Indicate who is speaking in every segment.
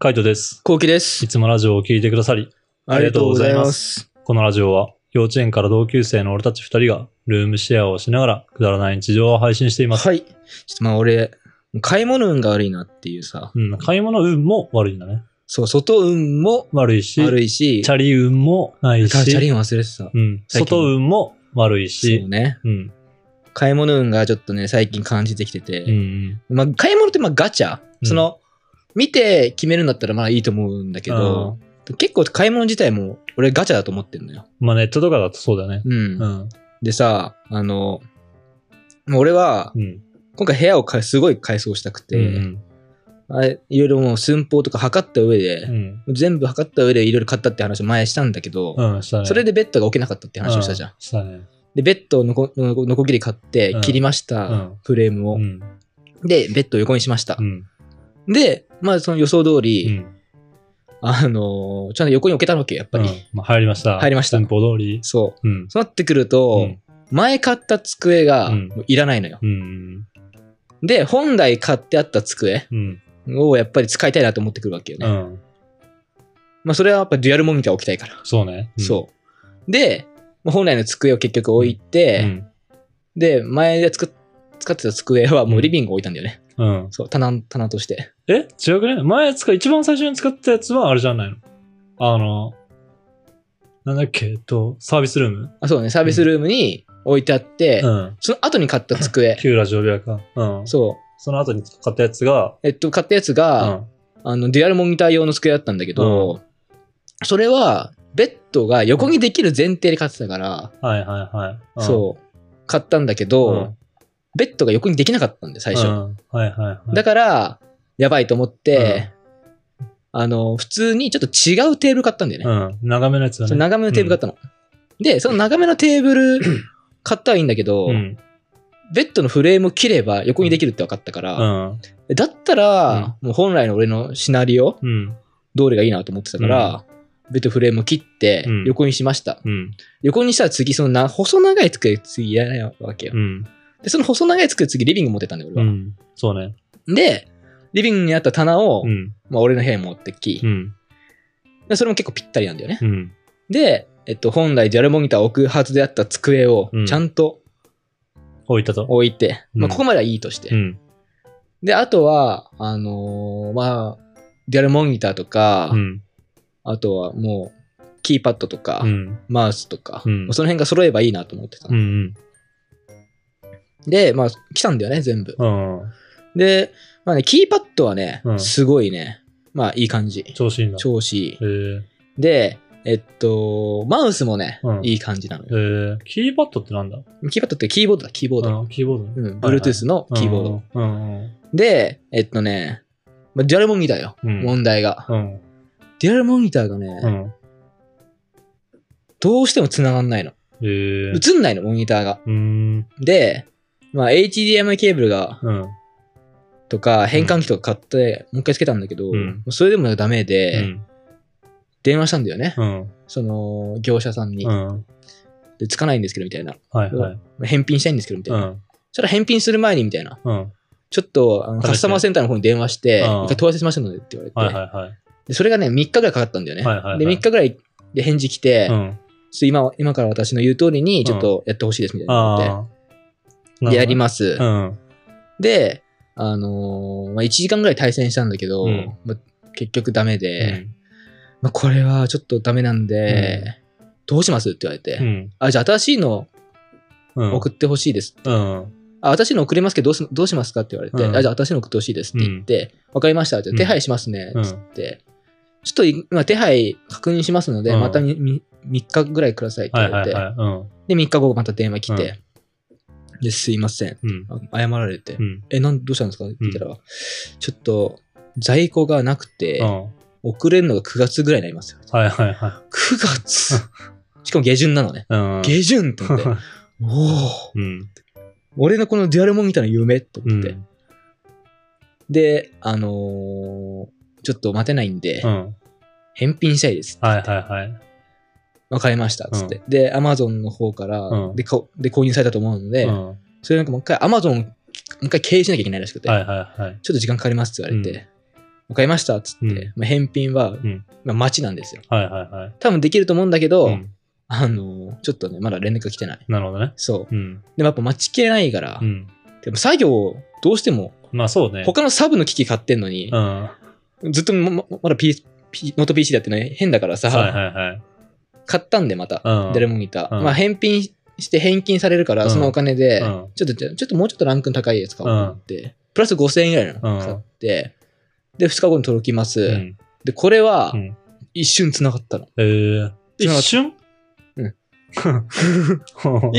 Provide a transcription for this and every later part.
Speaker 1: カイトです。
Speaker 2: コウキで
Speaker 1: い
Speaker 2: す。。
Speaker 1: つもラジオを聞いてくださり、ありがとうございますこのラジオは幼稚園から同級生の俺たち二人がルームシェアをしながらくだらない日常を配信しています。
Speaker 2: はい。ちょっとまあ俺、買い物運が悪いなっていうさ、
Speaker 1: うん、買い物運も悪いんだね。
Speaker 2: そう、外運も
Speaker 1: 悪いし、
Speaker 2: 悪いし、
Speaker 1: チャリ運もない
Speaker 2: あ
Speaker 1: し、
Speaker 2: チャリン忘れてた。
Speaker 1: うん、
Speaker 2: 最近
Speaker 1: 外運も悪い
Speaker 2: そう
Speaker 1: し、
Speaker 2: ね。
Speaker 1: うん、
Speaker 2: 買い物運がちょっとね、最近感じてきて
Speaker 1: うん、う
Speaker 2: て、
Speaker 1: ん。
Speaker 2: まあ買い物ってまあガチャ、
Speaker 1: うん
Speaker 2: その、見て決めるんだったらまあいいと思うんだけど、結構買い物自体も俺ガチャだと思ってんのよ。
Speaker 1: まあネットとかだとそうだね。
Speaker 2: うん。
Speaker 1: うん、
Speaker 2: でさ、あの、もう俺は
Speaker 1: う、ん、
Speaker 2: 今回部屋をかすごい改装したくて、
Speaker 1: うん、
Speaker 2: あれいろいろもう寸法とか測った上で、
Speaker 1: うん、
Speaker 2: 全部測った上でいろいろ買ったって話を前したんだけど、
Speaker 1: うん、したね。
Speaker 2: それでベッドが置けなかったって話をしたじゃん。
Speaker 1: うしたね。
Speaker 2: で、ベッドをのこのこのこぎり買って
Speaker 1: うん
Speaker 2: 切りました、
Speaker 1: うん
Speaker 2: フレームを、
Speaker 1: うん、
Speaker 2: で、ベッドを横にしました。
Speaker 1: うん、
Speaker 2: で、まあその予想通
Speaker 1: う
Speaker 2: り、
Speaker 1: ん。
Speaker 2: あのーちゃんと横に置けたわけよ、やっぱり。
Speaker 1: うんまあ、入りました。
Speaker 2: 入りました
Speaker 1: 寸法通り。
Speaker 2: そう。
Speaker 1: うん。
Speaker 2: そうなってくると、
Speaker 1: うん
Speaker 2: 前買った机が
Speaker 1: うん
Speaker 2: もういらないのよ。
Speaker 1: うん。
Speaker 2: で、本来買ってあった机
Speaker 1: うん。
Speaker 2: をやっぱり使いたいなと思ってくるわけよね。
Speaker 1: うん。
Speaker 2: まあそれはやっぱデュアルモニター置きたいから。
Speaker 1: そうね。
Speaker 2: そう。で、まあ本来の机を結局置い
Speaker 1: うん。
Speaker 2: て、
Speaker 1: うん。
Speaker 2: で、前でつく使ってた机はもうリビング置いたんだよね。
Speaker 1: うん。
Speaker 2: そう、棚、棚として。
Speaker 1: え違くね前使う、一番最初に使ったやつはあれじゃないのあの、なんだっけ、えっと、サービスルーム
Speaker 2: あ、そうね、サービスルームに置いてあって、
Speaker 1: うん。
Speaker 2: その後に買った 机。
Speaker 1: 旧ラジオ部屋か。うん。
Speaker 2: そう。
Speaker 1: その後に買ったやつが、
Speaker 2: えっと、買ったやつ
Speaker 1: う
Speaker 2: が、
Speaker 1: ん。
Speaker 2: あの、デュアルモニター用の机だったんだけど、それは、ベッドが横にできる前提で買ってたから、
Speaker 1: はいはいはい。うん
Speaker 2: そう、買ったんだけど、
Speaker 1: うん
Speaker 2: ベッドが横にできなかったんで、最初。
Speaker 1: うん。はいはいはい。
Speaker 2: だ
Speaker 1: か
Speaker 2: から、やばいと思って、あの、普通にちょっと違うテーブル買ったんだよね。
Speaker 1: うん。長めのやつだ
Speaker 2: そ
Speaker 1: ね。
Speaker 2: の長めのテーブル買ったの。で、その長めのテーブ ル買ったはいいんだけど、
Speaker 1: うん。
Speaker 2: ベッドのフレームを切れば横にできるって分かったから、
Speaker 1: うん。
Speaker 2: だったら、もう本来の俺のシナリオ
Speaker 1: うん。
Speaker 2: 通りがいいなと思ってたから、ベッドフレームを切って
Speaker 1: うん
Speaker 2: 横にしました。
Speaker 1: うん。
Speaker 2: 横にしたら次、そのな細長い机次いらないわけよ。
Speaker 1: うん。
Speaker 2: で、その細長い机次リビング持ってたんだよ、
Speaker 1: う
Speaker 2: 俺は。
Speaker 1: ん。そうね。
Speaker 2: で、リビングにあった棚を、
Speaker 1: うん。
Speaker 2: まあ、俺の部屋に持ってき、
Speaker 1: うん。
Speaker 2: でそれも結構ぴったりなんだよね。
Speaker 1: うん。
Speaker 2: で、えっと、本来デュアルモニターを置くはずであった机を
Speaker 1: うん
Speaker 2: ちゃんと
Speaker 1: 置いたと。
Speaker 2: 置いて、
Speaker 1: うん
Speaker 2: まあ、ここまではいいとして。
Speaker 1: うん。
Speaker 2: で、あとは、あのーまあ、デュアルモニターとか、
Speaker 1: うん。
Speaker 2: あとはもう、キーパッドとか、
Speaker 1: うん。
Speaker 2: マウスとか、
Speaker 1: うん
Speaker 2: その辺が揃えばいいなと思ってた。
Speaker 1: うん。
Speaker 2: で、まあ、来たんだよね、全部。
Speaker 1: うん。うん
Speaker 2: で、まあね、キーパッドはね、
Speaker 1: うん
Speaker 2: すごいね、まあ、いい感じ。
Speaker 1: 調子いいんだ。
Speaker 2: 調子いい
Speaker 1: え。ー、
Speaker 2: で、えっと、マウスもね、
Speaker 1: うん
Speaker 2: いい感じなの
Speaker 1: え
Speaker 2: よ。
Speaker 1: ー、キーパッドってなんだ
Speaker 2: キーパッドってキーボードだ、キーボード。
Speaker 1: あキーボードね
Speaker 2: うん、Bluetooth のキーボード。。
Speaker 1: はいはいうんうん
Speaker 2: で、えっとね、まあ、デュアルモニターよ、
Speaker 1: うん
Speaker 2: 問題が。
Speaker 1: うん。
Speaker 2: デュアルモニターがね、
Speaker 1: うん。
Speaker 2: どうしても繋がんないの。
Speaker 1: えー、
Speaker 2: 映んないの、モニターが。
Speaker 1: うーん。
Speaker 2: で、まあ、HDMI ケーブルが、
Speaker 1: うん。
Speaker 2: とか、変換器とか買って、もう一回つけたんだけど、
Speaker 1: うん
Speaker 2: それでもダメで、
Speaker 1: うん。
Speaker 2: 電話したんだよね。
Speaker 1: うん。
Speaker 2: その、業者さんに。
Speaker 1: うん。
Speaker 2: で、つかないんですけど、みたいな。
Speaker 1: はいはい。
Speaker 2: 返品したいんですけど、みたいうな。
Speaker 1: ん。
Speaker 2: そしたら返品する前に、みたいな。
Speaker 1: うん。
Speaker 2: ちょっと、あの
Speaker 1: 試して
Speaker 2: カスタマーセンターの方に電話して、
Speaker 1: うん
Speaker 2: 一回問い合わせしましたので、って言われて、
Speaker 1: はいはいはい。
Speaker 2: で。それがね、3日ぐらいかかったんだよね。
Speaker 1: はいはいはい
Speaker 2: で、3日ぐらいで返事来て、
Speaker 1: うん。
Speaker 2: ちょっと今、今から私の言う通りに、ちょっとやってほしいですみたいなのがあっ
Speaker 1: あ
Speaker 2: て
Speaker 1: あ。
Speaker 2: で、やり
Speaker 1: ま
Speaker 2: ます。
Speaker 1: うん。
Speaker 2: で、あのーまあ、1時間ぐらい対戦したんだけど、
Speaker 1: うん
Speaker 2: まあ、結局ダメで、まあ、これはちょっとダメなんで、どうしますって言われて、
Speaker 1: うん。
Speaker 2: あ、じゃあ新しいの
Speaker 1: うん。
Speaker 2: 送ってほしいです。
Speaker 1: うん。
Speaker 2: あ、新しいの送れますけどどうす、どうしますかって言われて、
Speaker 1: うん
Speaker 2: あ、じゃあ新しいの送ってほしいですって言って、わかりましたって、
Speaker 1: うん
Speaker 2: 手配しますね
Speaker 1: うん
Speaker 2: つって、ちょっと今手配確認しますので、
Speaker 1: うん
Speaker 2: またみみ3日ぐらいくださいって
Speaker 1: は
Speaker 2: 言
Speaker 1: い
Speaker 2: われ
Speaker 1: はい
Speaker 2: て、
Speaker 1: はい。うん。
Speaker 2: で、3日後また電話来て、ですいません。
Speaker 1: うん。
Speaker 2: あ謝られて、
Speaker 1: うん。
Speaker 2: え、なん、どうしたんですかって言ったら、ちょっと、在庫がなくて、
Speaker 1: うん。
Speaker 2: 遅れるのが9月ぐらいになりますよ。
Speaker 1: はいはいは
Speaker 2: 9月しかも下旬なのね。
Speaker 1: い。うん。
Speaker 2: 下旬と思って、おお
Speaker 1: うん。
Speaker 2: 俺のこのデュアルモニターの夢と
Speaker 1: う
Speaker 2: 思って。
Speaker 1: ん。
Speaker 2: で、あのーちょっと待てないんで、
Speaker 1: うん。
Speaker 2: 返品したいです。
Speaker 1: はいはいはい。
Speaker 2: わかりました。つって。で、アマゾンの方から、
Speaker 1: うん
Speaker 2: でこで購入されたと思うので、
Speaker 1: うん。は
Speaker 2: それなんかもう一回アマゾン、もう一回経由しなきゃいけないらしくて、
Speaker 1: いはいはい。
Speaker 2: ちょっと時間かかりますって言われて、わかりましたっつって、
Speaker 1: うん
Speaker 2: まあ、返品は、
Speaker 1: ん
Speaker 2: まあ、待ちなんですよ。
Speaker 1: はいはいはい。
Speaker 2: 多分できると思うんだけど、
Speaker 1: うん、
Speaker 2: あの、ちょっとね、まだ連絡が来てない。
Speaker 1: なるほどね。
Speaker 2: そ
Speaker 1: う
Speaker 2: う。
Speaker 1: ん。
Speaker 2: でもやっぱ待ちきれないから、
Speaker 1: うん。
Speaker 2: でも作業、どうしても、
Speaker 1: まあそうね。
Speaker 2: 他のサブの機器買ってんのに
Speaker 1: う、ん。は
Speaker 2: ずっとまままだ P、P、ノート PC だってね、変だから
Speaker 1: い
Speaker 2: さ、
Speaker 1: はいはい。
Speaker 2: 買ったんでまた、
Speaker 1: うん
Speaker 2: 誰も見た。
Speaker 1: うん
Speaker 2: まあ返品して返金されるか
Speaker 1: う
Speaker 2: ら、
Speaker 1: ん
Speaker 2: そのお金で、
Speaker 1: うん
Speaker 2: ちょっと、ちょちょっともうちょっとランクの高いやつ買おうと思って、プラス5000円ぐらいの
Speaker 1: うん
Speaker 2: 買って、で、2日後に届きます。
Speaker 1: うん。
Speaker 2: で、これは
Speaker 1: うん、
Speaker 2: 一瞬繋がったの。
Speaker 1: えー、
Speaker 2: つながっ
Speaker 1: 一瞬
Speaker 2: うん 一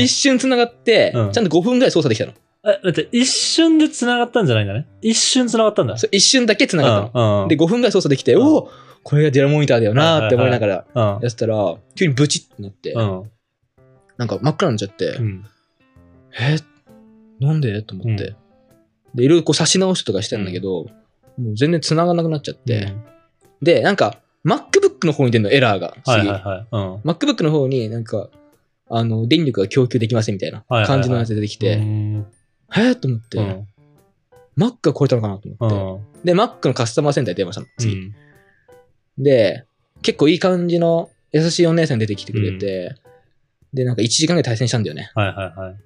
Speaker 1: 一
Speaker 2: 瞬繋がって、
Speaker 1: うん
Speaker 2: ちゃんと5分ぐらい操作できたの。
Speaker 1: え、待って、一瞬で繋がったんじゃないんだね。一瞬繋がったんだ。
Speaker 2: そう一瞬だけ繋がったの。
Speaker 1: うん。うん
Speaker 2: で、5分ぐらい操作できて、
Speaker 1: うん
Speaker 2: おおこれがデュアルモニターだよなーって思いながら
Speaker 1: うん。
Speaker 2: やってたら、急にブチってなって、
Speaker 1: うん。
Speaker 2: なんか真っ暗になっちゃって、
Speaker 1: うん。
Speaker 2: えなんでと思って、
Speaker 1: うん
Speaker 2: でいろいろこう差し直しとかしてんだけど、もう全然繋がなくなっちゃって、
Speaker 1: うん
Speaker 2: でなんか MacBook の方に出るのエラーが、
Speaker 1: はいはいはい。うん。
Speaker 2: 次 MacBook の方になんかあの電力が供給できませんみたいな
Speaker 1: はいはいはい
Speaker 2: 感じのやつ出てきて、
Speaker 1: うん
Speaker 2: えーと思って、Mac が超えたのかなと
Speaker 1: う
Speaker 2: 思って、
Speaker 1: ん。うん。
Speaker 2: で Mac のカスタマーセンターに電話したの次、
Speaker 1: うん
Speaker 2: で結構いい感じの優しいお姉さん出てきてくれて、でなんか1時間ぐらい対戦したんだよね
Speaker 1: はいはいはい。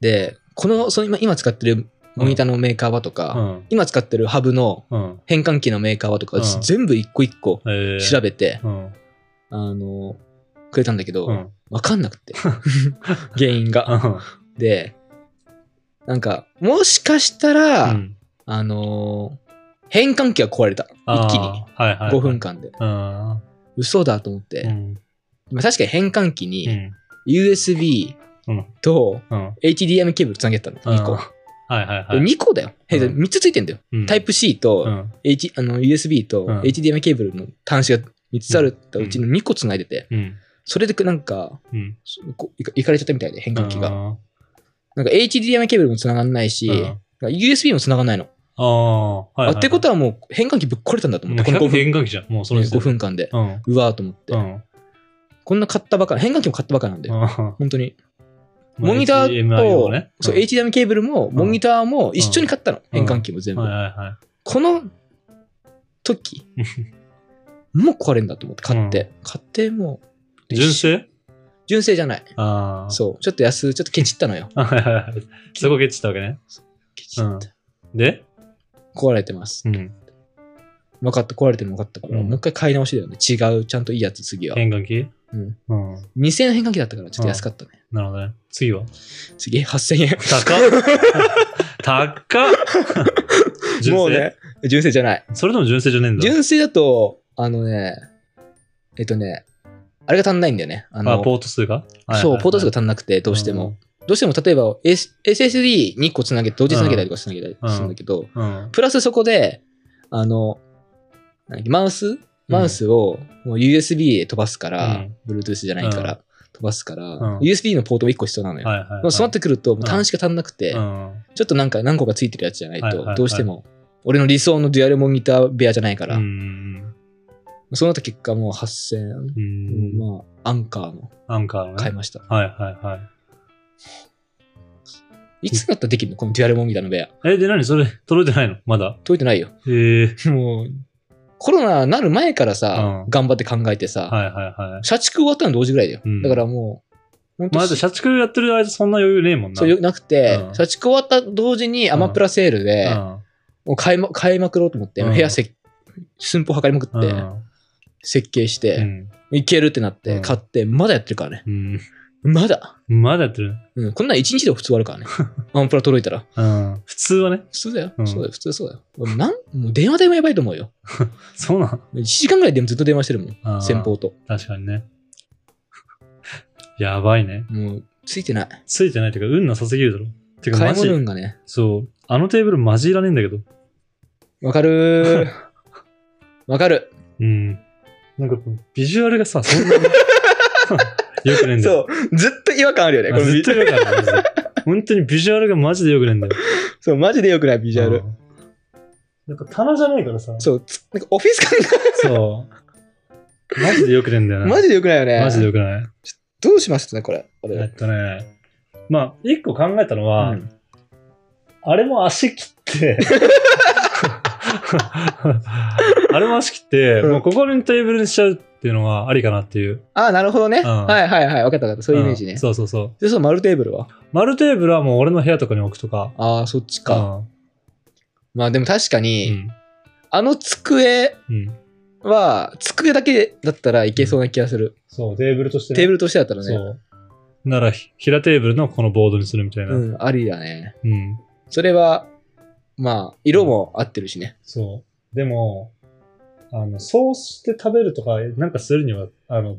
Speaker 2: で、この、その今今使ってるモニターのメーカーはとか、
Speaker 1: うん。
Speaker 2: 今使ってるハブの
Speaker 1: うん。
Speaker 2: 変換器のメーカーはとか、
Speaker 1: うん
Speaker 2: 全部一個一個
Speaker 1: えー、
Speaker 2: 調べて、
Speaker 1: うん。
Speaker 2: あの、くれたんだけど、
Speaker 1: う
Speaker 2: わ、
Speaker 1: ん。
Speaker 2: かん なくて。原因が。で、なんか、もしかしたら、
Speaker 1: うん
Speaker 2: あの、変換器が壊れた。一気に。。
Speaker 1: あーはいはい。
Speaker 2: 5分間で。
Speaker 1: うん。
Speaker 2: 嘘だと思っ
Speaker 1: う
Speaker 2: て。
Speaker 1: ん。
Speaker 2: まあ確かに変換器
Speaker 1: う
Speaker 2: に、
Speaker 1: ん。
Speaker 2: USB
Speaker 1: うん
Speaker 2: と
Speaker 1: うん。
Speaker 2: HDMI ケーブルつなげてたの。2個。
Speaker 1: はいはいはい。
Speaker 2: 2個だよ。え
Speaker 1: うん
Speaker 2: 3つついてんだよ。
Speaker 1: うん
Speaker 2: タイプ C と、
Speaker 1: うん。
Speaker 2: H、あの USB と
Speaker 1: うん
Speaker 2: HDMI ケーブルの端子が3つあるったうちの2個つないでて、
Speaker 1: うん。
Speaker 2: それでなんか、
Speaker 1: うん。
Speaker 2: そこいかいかれちゃったみたいで、変換器が。
Speaker 1: あ
Speaker 2: なんか HDMI ケーブルもつながんないし、
Speaker 1: うん
Speaker 2: なんか USB もつながんないの。
Speaker 1: あー。はいはい。
Speaker 2: あってことはもう変換器ぶっ壊れたんだと思って、この
Speaker 1: もう
Speaker 2: 5分
Speaker 1: 変換器じゃん。もうその時
Speaker 2: 5
Speaker 1: 点で。
Speaker 2: 分間で。
Speaker 1: うん。
Speaker 2: うわーと思って、
Speaker 1: うん。
Speaker 2: こんな買ったばか、変換器も買ったばかなんで、
Speaker 1: うん
Speaker 2: 本当に。 モニター
Speaker 1: HDMI
Speaker 2: と、
Speaker 1: をね
Speaker 2: そう、
Speaker 1: ん
Speaker 2: HDMI ケーブルも、モニターも一緒に買ったの。
Speaker 1: うん
Speaker 2: 変換器も全部。
Speaker 1: はいはいはい。
Speaker 2: この時、 もう壊れんだと思って買って、買ってもう、
Speaker 1: 純正
Speaker 2: 純正じゃない。
Speaker 1: ああ。
Speaker 2: そう。ちょっと安、ちょっとケチったのよ。
Speaker 1: う。 はいはいはい。そこ蹴っちゃったわけね。
Speaker 2: ケチった。
Speaker 1: で
Speaker 2: 壊れてます。
Speaker 1: うん。
Speaker 2: 分かった、壊れてるの分かったから、
Speaker 1: うん
Speaker 2: もう一回買い直しだよね。違う、ちゃんといいやつ、次は。
Speaker 1: 変換器
Speaker 2: うん。
Speaker 1: うん。
Speaker 2: 2000円変換器だったから、ちょっと安かったね。
Speaker 1: なるほどね。次は
Speaker 2: 次、8000円。
Speaker 1: 高 っ高っ純
Speaker 2: もう
Speaker 1: 正
Speaker 2: ね、純正じゃない。
Speaker 1: それでも純正じゃねえんだ。
Speaker 2: 純正だと、あのね、えっとね、あれが足んないんだよね。あの、
Speaker 1: あ、ポート数が
Speaker 2: そう、ポート数が
Speaker 1: が
Speaker 2: 足んなくて、どうしても。。どうしても、例えば、S- SSD2 個つなげて、同時つなげたりとかつなげたりするんだけど、
Speaker 1: うんうん。
Speaker 2: プラスそこで、あの、なんだっけマウスマウスをもう USB で飛ばすから、Bluetooth じゃないから、飛ばすから、
Speaker 1: ん
Speaker 2: USB のポートも1個必要なのよ。
Speaker 1: はいはいはい。
Speaker 2: でもそうなってくると、もう端子が足んなくて、
Speaker 1: うん
Speaker 2: ちょっとなんか何個かついてるやつじゃない
Speaker 1: はいはいは
Speaker 2: と、
Speaker 1: い
Speaker 2: どうしても、俺の理想のデュアルモニター部屋じゃないから、
Speaker 1: うん。
Speaker 2: そうなった結果もう8000、
Speaker 1: う
Speaker 2: うん
Speaker 1: ん。
Speaker 2: まあ、アンカーの
Speaker 1: アンカーの
Speaker 2: 買い
Speaker 1: ね。
Speaker 2: ました。
Speaker 1: はいはいはい。
Speaker 2: いつになったらできるのこのデュアルモニターの部屋。
Speaker 1: え、で、何それ、届いてないのまだ。
Speaker 2: 解いてないよ。
Speaker 1: へえ。
Speaker 2: もう、コロナなる前からさ、
Speaker 1: うん
Speaker 2: 頑張って考えてさ、
Speaker 1: はいはいはい。
Speaker 2: 社畜終わったの同時ぐらいだよ。
Speaker 1: うん
Speaker 2: だからもう、本
Speaker 1: まあ、だって社畜やってる間そんな余裕ねえもんな。
Speaker 2: そうよなくて、
Speaker 1: うん
Speaker 2: 社畜終わった同時にアマプラセールで、
Speaker 1: うん
Speaker 2: もう買いま買いまくろうと思って、
Speaker 1: うん
Speaker 2: 部屋せ寸法測りまく
Speaker 1: う
Speaker 2: って、
Speaker 1: ん
Speaker 2: 設計し
Speaker 1: う
Speaker 2: て、
Speaker 1: ん
Speaker 2: いけるってなって、
Speaker 1: うん
Speaker 2: 買って、まだやってるからね。
Speaker 1: うん。
Speaker 2: まだ。
Speaker 1: まだやってる。
Speaker 2: うん、こんなん一日で普通終わ るからね。アマプラ届いたら。
Speaker 1: うん。普通はね。
Speaker 2: 普通だよ。
Speaker 1: うん
Speaker 2: そうだよ。普通そうだよ。俺なんもう電話代もやばいと思うよ。
Speaker 1: そうなん。
Speaker 2: 1時間ぐらいでもずっと電話してるも
Speaker 1: あー
Speaker 2: ん。先方と。
Speaker 1: 確かにね。 やばいね。
Speaker 2: もう、ついてない。
Speaker 1: ついてないっていうか、運なさすぎるだろ。てか、
Speaker 2: 買
Speaker 1: マ
Speaker 2: い物
Speaker 1: ジ、
Speaker 2: 運がね。
Speaker 1: そう。あのテーブルマジいらねえんだけど。
Speaker 2: わか るー。わかる。
Speaker 1: うん。なんか、ビジュアルがさ、そ んなに。よくねえんだよ。
Speaker 2: う。ずっと違和感あるよね
Speaker 1: あずっとよくないマジで。本当にビジュアルがマジでよくねえんだよ。
Speaker 2: そう、マジでよくない、ビ
Speaker 1: ビ
Speaker 2: ジュアル。。
Speaker 1: なんか棚じゃねえからさ。
Speaker 2: そう、つなんかオフィス感
Speaker 1: そう。マジでよくねえんだよ
Speaker 2: が
Speaker 1: な。
Speaker 2: マジでよくないよね。
Speaker 1: マジでよくない。
Speaker 2: どうしましたね、これ。
Speaker 1: え
Speaker 2: あ
Speaker 1: っ
Speaker 2: れ。
Speaker 1: とね、まあ、一個考えたのは、
Speaker 2: うん
Speaker 1: あれも足切って、あれもしくて、
Speaker 2: うん
Speaker 1: もうここにテーブルにしちゃうっていうのはありかなっていう。
Speaker 2: ああ、なるほどね。
Speaker 1: ん
Speaker 2: はいはいはい。分かった分かった。そういうイメージね。
Speaker 1: んそうそうそう。
Speaker 2: で、その丸テーブルは
Speaker 1: 丸テーブルはもう俺の部屋とかに置くとか。
Speaker 2: ああ、そっちか。まあでも確か
Speaker 1: うん。
Speaker 2: に、
Speaker 1: うん。
Speaker 2: あの机
Speaker 1: うん
Speaker 2: は、机だけだったらいけそうな気がする。
Speaker 1: そう、テーブルとしてね、
Speaker 2: テーブルとしてだったらね。
Speaker 1: そう。なら、ひ平テーブルのこのボードにするみたいな。うん。
Speaker 2: うん、ありだね。それは、まあ、色も合ってるしね。
Speaker 1: そう。でも、あの、そうして食べるとか、なんかするには、あの、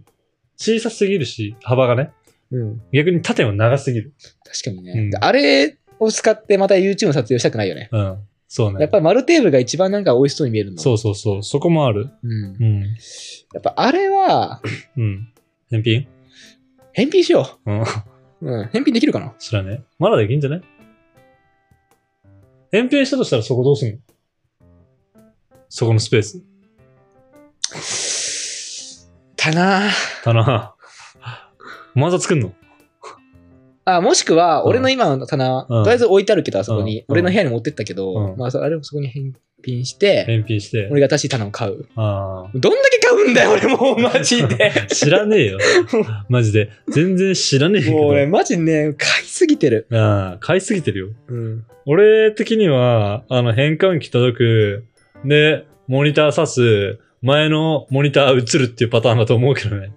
Speaker 1: 小さすぎるし、幅がね。
Speaker 2: うん。
Speaker 1: 逆に縦も長すぎる。
Speaker 2: 確かにね。
Speaker 1: うん
Speaker 2: であれを使ってまた YouTube の撮影をしたくないよね。
Speaker 1: うん。そうね。
Speaker 2: やっぱり丸テーブルが一番なんか美味しそうに見えるの。
Speaker 1: そうそうそう。そこもある。
Speaker 2: うん
Speaker 1: う。ん。
Speaker 2: やっぱあれは、
Speaker 1: うん。返品
Speaker 2: 返品しよ
Speaker 1: うん。
Speaker 2: う。うん。返品できるかな
Speaker 1: 知らねえ。まだできんじゃね返品したとしたらそこどうすんのそこのスペース。
Speaker 2: たなぁ
Speaker 1: 棚。 また作んの
Speaker 2: あ、もしくは、
Speaker 1: うん
Speaker 2: 俺の今の棚、
Speaker 1: うん
Speaker 2: とりあえず置いてあるけど、あそこに、
Speaker 1: うん
Speaker 2: 俺の部屋に持ってったけど、
Speaker 1: うん
Speaker 2: まあ、そあれをそこに返品して、
Speaker 1: 返品して。
Speaker 2: 俺が新しい棚を買う。
Speaker 1: ああ。
Speaker 2: どんだけ買うんだよ、俺もう、マジで。
Speaker 1: 知らねえよ。マジで。全然知らねえ
Speaker 2: もう俺、
Speaker 1: よ。
Speaker 2: マジね、買いすぎてる。
Speaker 1: ああ、買いすぎてるよ。
Speaker 2: うん。
Speaker 1: 俺的には、あの、変換器届く、で、モニター挿す、前のモニター映るっていうパターンだと思うけどね。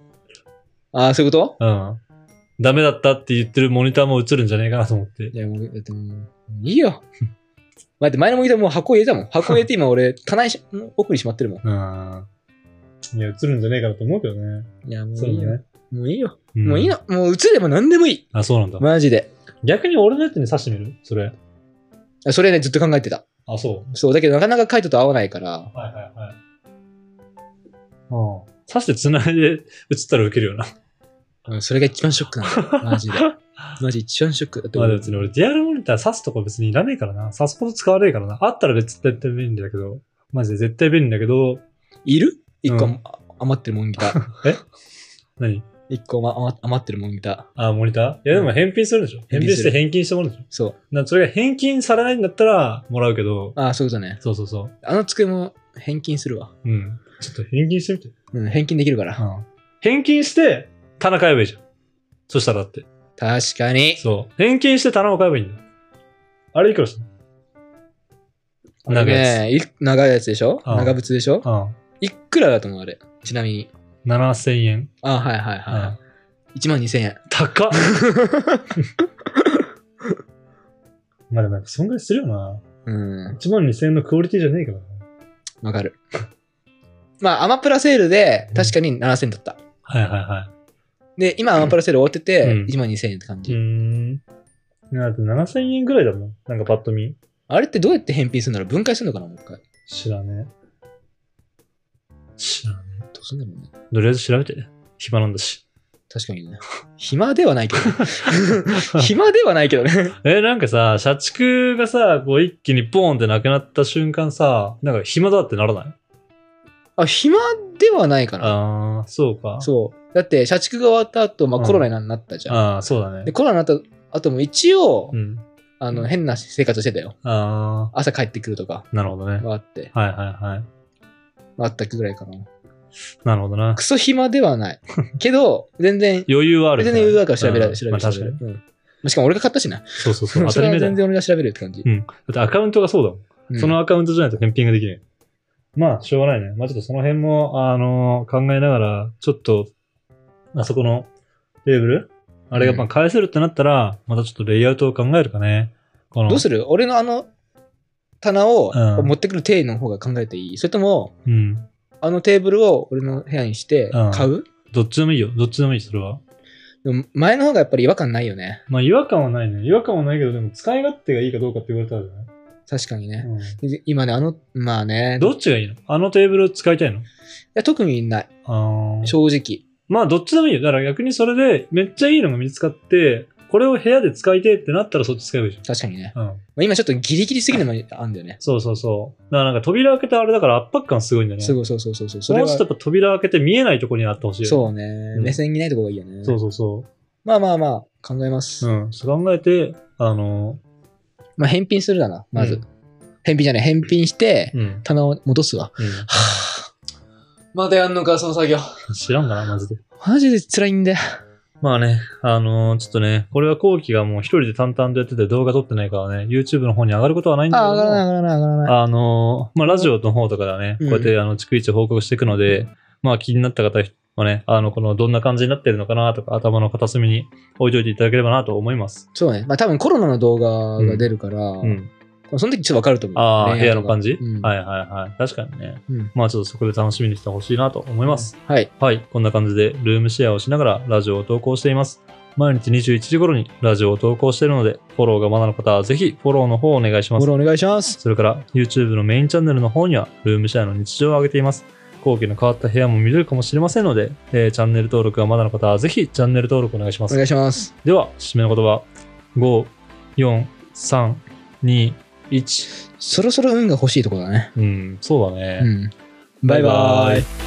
Speaker 2: ああ、そういうこと
Speaker 1: うん。ダメだったって言ってるモニターも映るんじゃねえかなと思って
Speaker 2: い。や、もう、だってもう、いいよ。 待って、前のモニターもう箱入れたもん。箱入れて今俺、棚にし奥にしまってるも
Speaker 1: うん。いや、映るんじゃねえかなと思うけどね。
Speaker 2: ん。いや、も
Speaker 1: そうう
Speaker 2: いい
Speaker 1: だ
Speaker 2: よ。
Speaker 1: ね。
Speaker 2: もういいよ。
Speaker 1: ん
Speaker 2: もういい。の。もう映れば何でもいい。
Speaker 1: あ、そうなんだ。
Speaker 2: マジで。
Speaker 1: 逆に俺のやつに刺してみるそれ。
Speaker 2: あそれね、ずっと考えてた。
Speaker 1: あ、そ
Speaker 2: そう、だけどなかなかカイトと合わないから。
Speaker 1: う。はいはいはい。うん。刺して繋いで映ったらウケるよな。
Speaker 2: うん、それが一番ショッ クなんだよ。マジで。マジ一番ショックだって
Speaker 1: まあ別に俺、デュアルモニター刺すとこ別にいらねえからな。刺すほど使わねえからな。あったら別に絶対便利だけど。マジで絶対便利だけど、
Speaker 2: いる一個
Speaker 1: う
Speaker 2: 余余ってるモニタ ー。
Speaker 1: 何
Speaker 2: 一個余余余ってるモニター。
Speaker 1: あ、モニターいやでも返品するでしょ。返
Speaker 2: 返
Speaker 1: 品
Speaker 2: 品す
Speaker 1: して
Speaker 2: る
Speaker 1: 返金してもらうでしょ。
Speaker 2: そう。
Speaker 1: なそれが返金されないんだったらもらうけど、
Speaker 2: ああ、そういうことね。
Speaker 1: そうそうそう。
Speaker 2: あの机も返金するわ。
Speaker 1: うん。ちょっと返金してみて。
Speaker 2: うん、返金できるから。
Speaker 1: 返金して、棚買えばいいじゃん。そしたらだって。
Speaker 2: 確かに。
Speaker 1: そう。返金して棚を買えばいいんだよ。あれいくらしたの
Speaker 2: あれねい長いやつでしょ
Speaker 1: うん
Speaker 2: 長靴でしょ
Speaker 1: うん。
Speaker 2: いくらだと思うあれ。ちなみに。
Speaker 1: 7000円。
Speaker 2: ああ、はいはいうは
Speaker 1: ん。
Speaker 2: い。1万2000円。
Speaker 1: 高っ まあでもなんかそんぐらいするよな。
Speaker 2: うん、
Speaker 1: 1万2000円のクオリティじゃねえからな。
Speaker 2: わかる。まあ、アマプラセールで確かに7000だった。
Speaker 1: はいはいは
Speaker 2: で、今アマプラセール終わって
Speaker 1: うん
Speaker 2: て、1万2000円って感
Speaker 1: い。
Speaker 2: じ。
Speaker 1: ん。だって7000円ぐらいだもん。なんかパッと見。
Speaker 2: あれってどうやって返品するんだろう分解するのかなもう一回。
Speaker 1: 知らねえ。知らねえ。
Speaker 2: どうすんだろうね。
Speaker 1: とりあえず調べて。暇なんだ し。
Speaker 2: 確かにね。暇ではないけど。 暇ではないけどね。
Speaker 1: え、なんかさ、社畜がさ、こう一気にポーンってなくなった瞬間さ、なんか暇だってならない
Speaker 2: あ、暇ではないかな。
Speaker 1: ああ、そうか。
Speaker 2: そう。だって、社畜が終わった後、まあ
Speaker 1: うん
Speaker 2: コロナになったじゃん。
Speaker 1: ああ、そうだね
Speaker 2: で、。コロナになった後も一応、
Speaker 1: うん。
Speaker 2: あの、変な生活をしてたよ。
Speaker 1: あ
Speaker 2: 朝帰ってくるとか、
Speaker 1: あ、なるほどね。
Speaker 2: はあって、
Speaker 1: はいはいはい。
Speaker 2: あったぐらいかな。
Speaker 1: なるほどな
Speaker 2: ク。ソ暇で はない。けど、全然、
Speaker 1: 余裕はある
Speaker 2: 全
Speaker 1: みたい
Speaker 2: 然
Speaker 1: な。
Speaker 2: 余裕だから調べられる。調べ
Speaker 1: ま
Speaker 2: る
Speaker 1: あ
Speaker 2: 調
Speaker 1: 確
Speaker 2: べ
Speaker 1: かに
Speaker 2: る。。うんまあしかも俺が買ったしな。
Speaker 1: そうそう そう。当
Speaker 2: そ
Speaker 1: た
Speaker 2: れ
Speaker 1: り前
Speaker 2: は
Speaker 1: だよ
Speaker 2: 全。然俺が調べるって感じ
Speaker 1: う。ん。だってアカウントがそうだもん。
Speaker 2: うん
Speaker 1: そのアカウントじゃないと返品ができない。まあ、しょうがないね。まあ、ちょっとその辺も、あのー考えながら、ちょっと、あそこのテーブルあれがまあ
Speaker 2: うん
Speaker 1: 返せるってなったら、またちょっとレイアウトを考えるかね。この
Speaker 2: どうする俺のあの棚を
Speaker 1: うん
Speaker 2: 持ってくる定位の方が考えていいそれとも、
Speaker 1: うん。
Speaker 2: あのテーブルを俺の部屋にして
Speaker 1: うん
Speaker 2: 買う、
Speaker 1: どっちでもいいよ。どっちでもいい、それは。
Speaker 2: でも前の方がやっぱり違和感ないよね。
Speaker 1: まあ、違和感はないね。違和感はないけど、でも使い勝手がいいかどうかって言われたらじゃない、
Speaker 2: 確かにね。
Speaker 1: うん
Speaker 2: で今ね、あの、まあね、い
Speaker 1: どっちがいいのあのテーブルを使いたいの
Speaker 2: や特にない。
Speaker 1: あー
Speaker 2: 正直。
Speaker 1: まあ、どっちでもいいよ。だから逆にそれで、めっちゃいいのが見つかって、これを部屋で使いてえってなったらそっち使えばいいじ
Speaker 2: 確かにね。
Speaker 1: ゃん。うん。
Speaker 2: まあ、今ちょっとギリギリすぎるのもあるんだよね。
Speaker 1: そうそうそう。だからなんか扉開けたあれだから圧迫感すごいんだよね。
Speaker 2: すごい、そうそうそうそう。そ
Speaker 1: も
Speaker 2: れ
Speaker 1: うちょっとやっぱ扉開けて見えないところにあってほしいよね。
Speaker 2: そうね、
Speaker 1: うん
Speaker 2: 目線にないとこがいいよね。
Speaker 1: そうそうそ
Speaker 2: まあまあまあ、考えます。
Speaker 1: う。うん。そう考えて、あの、
Speaker 2: まあ、返品するだな、まず。
Speaker 1: うん
Speaker 2: 返品じゃない、返品して、
Speaker 1: うん。
Speaker 2: 棚を 戻すわ。
Speaker 1: う
Speaker 2: はぁまだやんのか、その作業。
Speaker 1: ん。知らんかな、マジで。
Speaker 2: マジで辛いんだよ。
Speaker 1: まあね、あのーちょっとね、これは後期がもう一人で淡々とやってて動画撮ってないからね、YouTube の方に上がることはないんだけ
Speaker 2: あ、
Speaker 1: ど
Speaker 2: 上がらない、上がらない、上がらない。
Speaker 1: あのーまあ、ラジオの方とかではね、
Speaker 2: うん
Speaker 1: こうやって、あの、逐一報告していくので、まあ、気になった方はね、あの、この、どんな感じになってるのかなとか、頭の片隅に置いといていただければなと思います。
Speaker 2: そうね。まあ多分コロナの動画が出るから、
Speaker 1: うん。
Speaker 2: その時ちょっとわかると思う。
Speaker 1: ああ、
Speaker 2: 恋
Speaker 1: 部
Speaker 2: 愛
Speaker 1: 屋の
Speaker 2: とか
Speaker 1: 感じ、
Speaker 2: うん
Speaker 1: はいはいはい。確かにね。
Speaker 2: うん
Speaker 1: まあ、ちょっとそこで楽しみにしてほしいなと思います。
Speaker 2: はい。
Speaker 1: はい。こんな感じで、ルームシェアをしながら、ラジオを投稿しています。毎日21時頃にラジオを投稿しているので、フォローがまだの方は、ぜひ、フォローの方をお願いし
Speaker 2: フ
Speaker 1: ます
Speaker 2: ォ。ローお願いします。
Speaker 1: それから YouTube のメインチャンネルの方にはルームシェアの日常を上げています。後期の変わった部屋も見れるかもしれませんので、えーチャンネル登録がまだの方はぜひチャンネル登録お願いしま
Speaker 2: お
Speaker 1: す。
Speaker 2: 願いします。
Speaker 1: では、締めの言葉。5、4、3、2、1。
Speaker 2: そろそろ運が欲しいとこだね。
Speaker 1: うん、そうだね。
Speaker 2: うん。バイバ
Speaker 1: バイバ
Speaker 2: イ
Speaker 1: イ。